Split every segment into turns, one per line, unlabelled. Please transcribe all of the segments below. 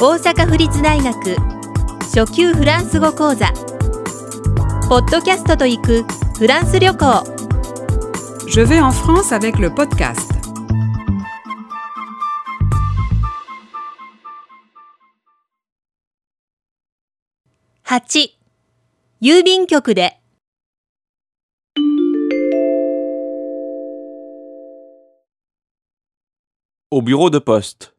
大阪府立大学初級フランス語講座ポッドキャストと行くフランス旅行
Je vais en France avec le podcast.
8郵便局で
Au bureau de poste.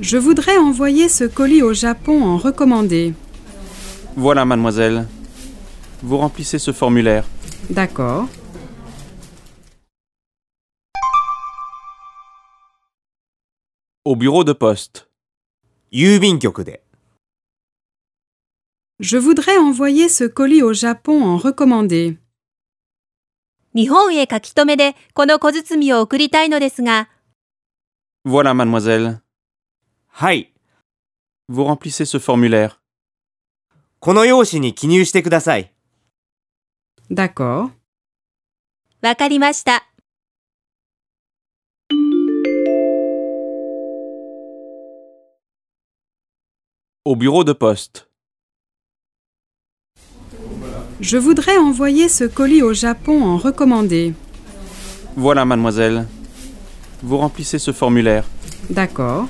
Je voudrais envoyer ce colis au Japon en recommandé.
Voilà, mademoiselle. Vous remplissez ce formulaire.
D'accord.
Au bureau de poste.
郵便局で
Je voudrais envoyer ce colis au Japon en recommandé.
日本へ書き留めでこの小包を送りたいのですが
Voilà, mademoiselle.
はい。
Vous remplissez ce formulaire.
この用紙に記入してください。
D'accord.
わかりました
Au bureau de poste.
Je voudrais envoyer ce colis au Japon en recommandé.
Voilà, mademoiselle. Vous remplissez ce formulaire.
D'accord.